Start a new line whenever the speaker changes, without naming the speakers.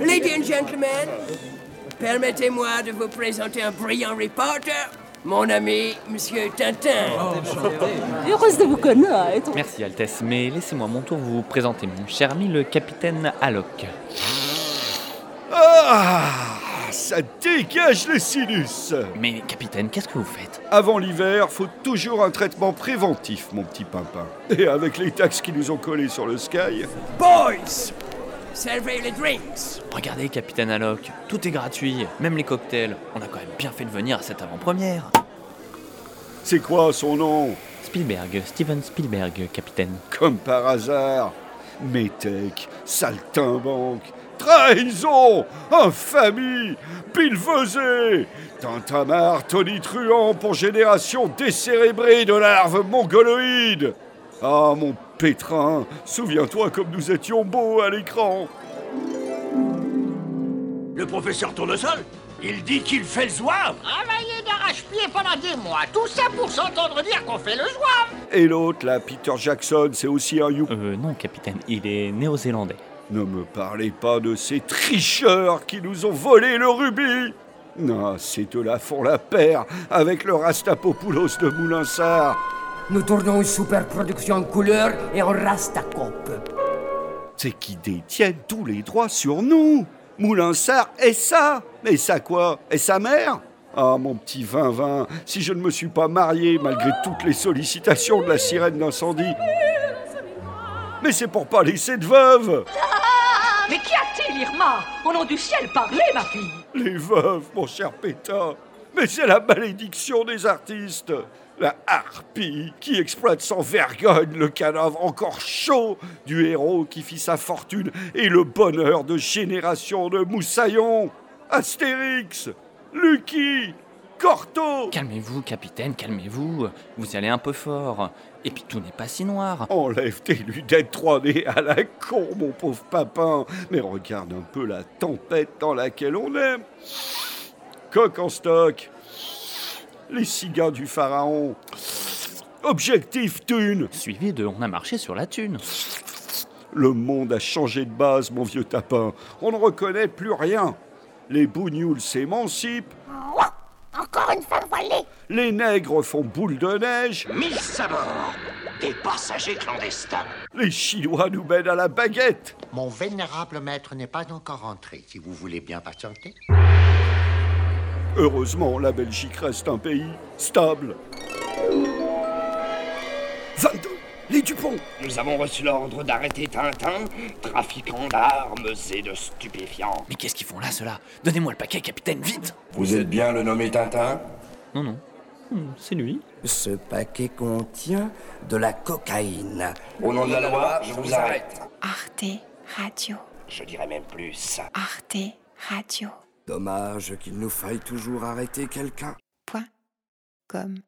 Ladies and gentlemen, permettez-moi de vous présenter un brillant reporter, mon ami Monsieur Tintin.
Heureuse de vous connaître.
Merci Altesse, mais laissez-moi mon tour vous présenter mon cher ami le capitaine Alloc.
Ah Ça dégage les sinus
Mais capitaine, qu'est-ce que vous faites
Avant l'hiver, faut toujours un traitement préventif, mon petit pimpin. Et avec les taxes qui nous ont collées sur le Sky,
Boys, servez les drinks.
Regardez capitaine Alloc, tout est gratuit, même les cocktails. On a quand même bien fait de venir à cette avant-première.
c'est quoi son nom
Spielberg, Steven Spielberg, capitaine.
Comme par hasard. Métèque, saltimbanque, trahison, infamie, bilvesé, tintamarre, tonitruant pour génération décérébrée de larves mongoloïdes. Ah, mon pétrin, souviens-toi comme nous étions beaux à l'écran.
Le professeur Tournesol Il dit qu'il fait le zouave
Travailler d'arrache-pied pendant des mois, tout ça pour s'entendre dire qu'on fait le joie.
Et l'autre, là, Peter Jackson, c'est aussi un you.
Euh, non, capitaine, il est néo-zélandais.
Ne me parlez pas de ces tricheurs qui nous ont volé le rubis Non, ces deux-là font la paire avec le Rastapopoulos de Moulinsart.
Nous tournons une super production en couleur et en rastacope.
C'est qui détiennent tous les droits sur nous Moulinsart et ça Et ça quoi Et sa mère Ah, mon petit vin-vin, si je ne me suis pas marié malgré toutes les sollicitations de la sirène d'incendie. Mais c'est pour pas laisser de veuve
Mais qu'y a-t-il, Irma Au nom du ciel, parlez, ma fille
Les veuves, mon cher Pétain Mais c'est la malédiction des artistes La harpie qui exploite sans vergogne le cadavre encore chaud du héros qui fit sa fortune et le bonheur de générations de moussaillons Astérix Lucky Corto
Calmez-vous, capitaine, calmez-vous. Vous y allez un peu fort. Et puis tout n'est pas si noir.
Enlève tes lunettes 3D à la con, mon pauvre papin. Mais regarde un peu la tempête dans laquelle on est. Coq en stock. Les cigares du pharaon. Objectif thune.
Suivi de On a marché sur la thune.
Le monde a changé de base, mon vieux tapin. On ne reconnaît plus rien. Les bougnoules s'émancipent.
Encore une femme voilée
Les nègres font boule de neige.
Mille sabords Des passagers clandestins
Les chinois nous mènent à la baguette.
Mon vénérable maître n'est pas encore rentré, si vous voulez bien patienter.
Heureusement, la Belgique reste un pays stable. 22 Les Dupont
Nous avons reçu l'ordre d'arrêter Tintin, trafiquant d'armes et de stupéfiants.
Mais qu'est-ce qu'ils font là, ceux-là Donnez-moi le paquet, capitaine, vite
Vous êtes bien le nommé Tintin
Non, non. Hmm, C'est lui.
Ce paquet contient de la cocaïne.
Au nom de la loi, je vous arrête.
Arte Radio.
Je dirais même plus.
Arte Radio.
Dommage qu'il nous faille toujours arrêter quelqu'un.
Point. Comme.